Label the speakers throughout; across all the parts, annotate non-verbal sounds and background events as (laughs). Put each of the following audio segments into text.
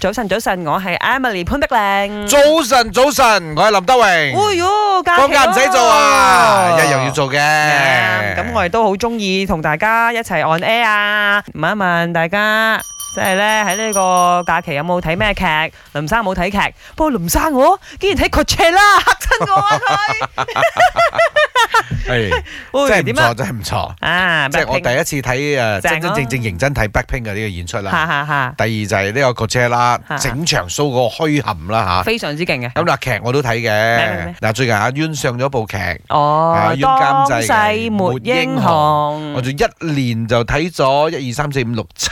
Speaker 1: 早晨，早晨，我係 Emily 潘碧玲。
Speaker 2: 早晨，早晨，我系林德荣
Speaker 1: 哎。哟，假期
Speaker 2: 放假唔使做啊，一樣要。做嘅。
Speaker 1: 咁我哋都好中意同大家一齊 on air à. 啊，問一問大家。即係咧喺呢個假期有冇睇咩劇？林生冇睇劇，不過林生我竟然睇 c o a c h e l a (laughs) 嚇親我啊
Speaker 2: 係
Speaker 1: 佢！
Speaker 2: 真係唔
Speaker 1: 點
Speaker 2: 錯，
Speaker 1: 啊？
Speaker 2: 真係唔錯。
Speaker 1: 啊，
Speaker 2: 即係我
Speaker 1: Blackpink
Speaker 2: 第一次睇誒
Speaker 1: 正啊
Speaker 2: 真真正正認真睇 Blackpink 嘅呢個演出
Speaker 1: 哈
Speaker 2: 啦。
Speaker 1: 哈哈，
Speaker 2: 第二就係呢個
Speaker 1: 嚇
Speaker 2: Coachella 啦，整場 show 個虛冚啦嚇。
Speaker 1: 非常之勁嘅。
Speaker 2: 咁嗱劇我都睇
Speaker 1: 咩
Speaker 2: 嘅
Speaker 1: 咩。
Speaker 2: 嗱最近阿 Yun 上咗部劇，
Speaker 1: 哦
Speaker 2: 啊，冤
Speaker 1: 當
Speaker 2: 監製
Speaker 1: 世
Speaker 2: 嘅
Speaker 1: 沒英
Speaker 2: 沒英我
Speaker 1: 雄。
Speaker 2: 就一連就睇咗一二三四五六七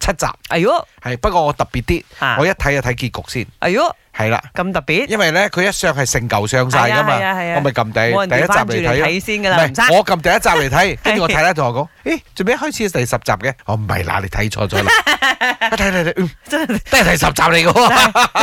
Speaker 2: 七集。
Speaker 1: 哎呦，
Speaker 2: 係不過我特別啲，
Speaker 1: 啊
Speaker 2: 我一睇就睇結局先。
Speaker 1: 哎呦，
Speaker 2: 係啦。
Speaker 1: 咁特別。
Speaker 2: (laughs) 因為咧佢一上係成嚿上晒噶嘛，
Speaker 1: 係啊係啊係啊
Speaker 2: 我咪撳第
Speaker 1: 冇人
Speaker 2: 第一
Speaker 1: 調翻住
Speaker 2: 集嚟
Speaker 1: 嚟
Speaker 2: 睇咯。啊
Speaker 1: 睇先
Speaker 2: 唔
Speaker 1: 㗎啦，林生
Speaker 2: 係，。我撳第一集嚟
Speaker 1: (laughs)
Speaker 2: 睇，跟住我太太同我講：，咦，做咩一開始係第十集嘅？我唔係啦，你睇
Speaker 1: (laughs)
Speaker 2: 錯咗啦，一睇睇睇，嗯
Speaker 1: 真係
Speaker 2: 都係第十集嚟嘅 喎。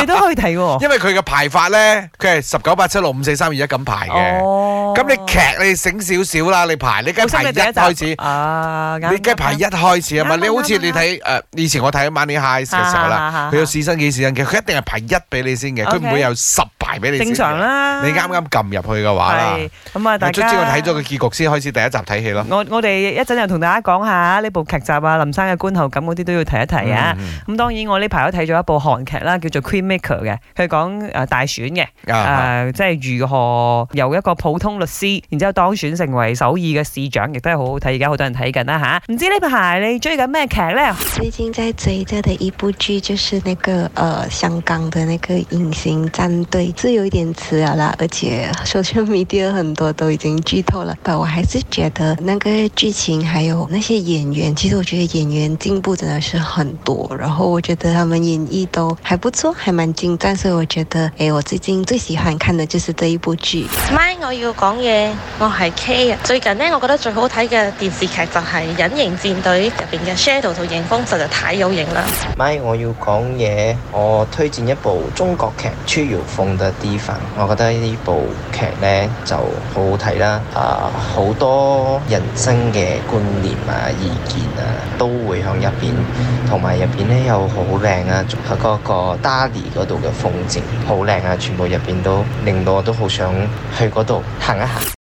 Speaker 1: (laughs) 你都可以睇
Speaker 2: (laughs)
Speaker 1: 喎。
Speaker 2: 因為佢嘅排法咧，佢係十九八七六五四三二一咁排嘅。
Speaker 1: 哦，
Speaker 2: 咁你劇你醒少少啦，你排你梗係排一開始，
Speaker 1: 啊，
Speaker 2: 你梗係排一開始啊嘛。
Speaker 1: 啱啊
Speaker 2: 你好似
Speaker 1: 啱啊
Speaker 2: 你睇誒，以前我睇《Money High》嘅時候
Speaker 1: 啊啊啊
Speaker 2: 啦，佢有試身幾試身嘅，佢一定係排一俾你先嘅，佢
Speaker 1: OK
Speaker 2: 唔會有十排俾你先嘅。
Speaker 1: 正常啦。
Speaker 2: 你啱啱撳入去嘅話啦，
Speaker 1: 係咁啊，大
Speaker 2: 你卒
Speaker 1: 家
Speaker 2: 之我睇咗個結局先開始第一集睇戲咯。
Speaker 1: 我我哋一陣又同大家講下呢部劇集啊，林生嘅觀後感嗰啲都要提一提啊。
Speaker 2: 嗯
Speaker 1: 咁當然我呢排都睇咗一部韓劇啦，叫做《Queen Maker》嘅，佢講誒大選嘅，
Speaker 2: 嗯啊，
Speaker 1: 誒即係如何由一個普通律師，然之後當選成為首爾嘅市長，亦都係好好睇。而家好多人睇緊啦吓，唔知呢排你追緊咩劇咧？
Speaker 3: 最近在追着的一部剧就是那个呃香港的那个《隐形战队》，是有一点迟了啦，而且 social media 很多都已经剧透了，但我还是觉得那个剧情还有那些演员，其实我觉得演员进步真的是很多，然后我觉得他们演绎都还不错，还蛮精湛，所以我觉得诶，我最近最喜欢看的就是这一部剧。
Speaker 4: My，我要講嘢，我係 K 啊！最近呢，我覺得最好睇嘅電視劇就係《隱形戰隊》入邊嘅 Shadow 同迎風，實在太有型啦！
Speaker 5: 咪，我要講嘢，我推薦一部中國劇《出搖鳳的地方》，我覺得呢部劇呢就好好睇啦，啊好多人生嘅觀念啊、意見啊都會向入邊，同埋入邊呢又好靚啊，喺嗰個 Dali 嗰度嘅風景好靚啊，全部入邊都令到我都好想去嗰度行一行。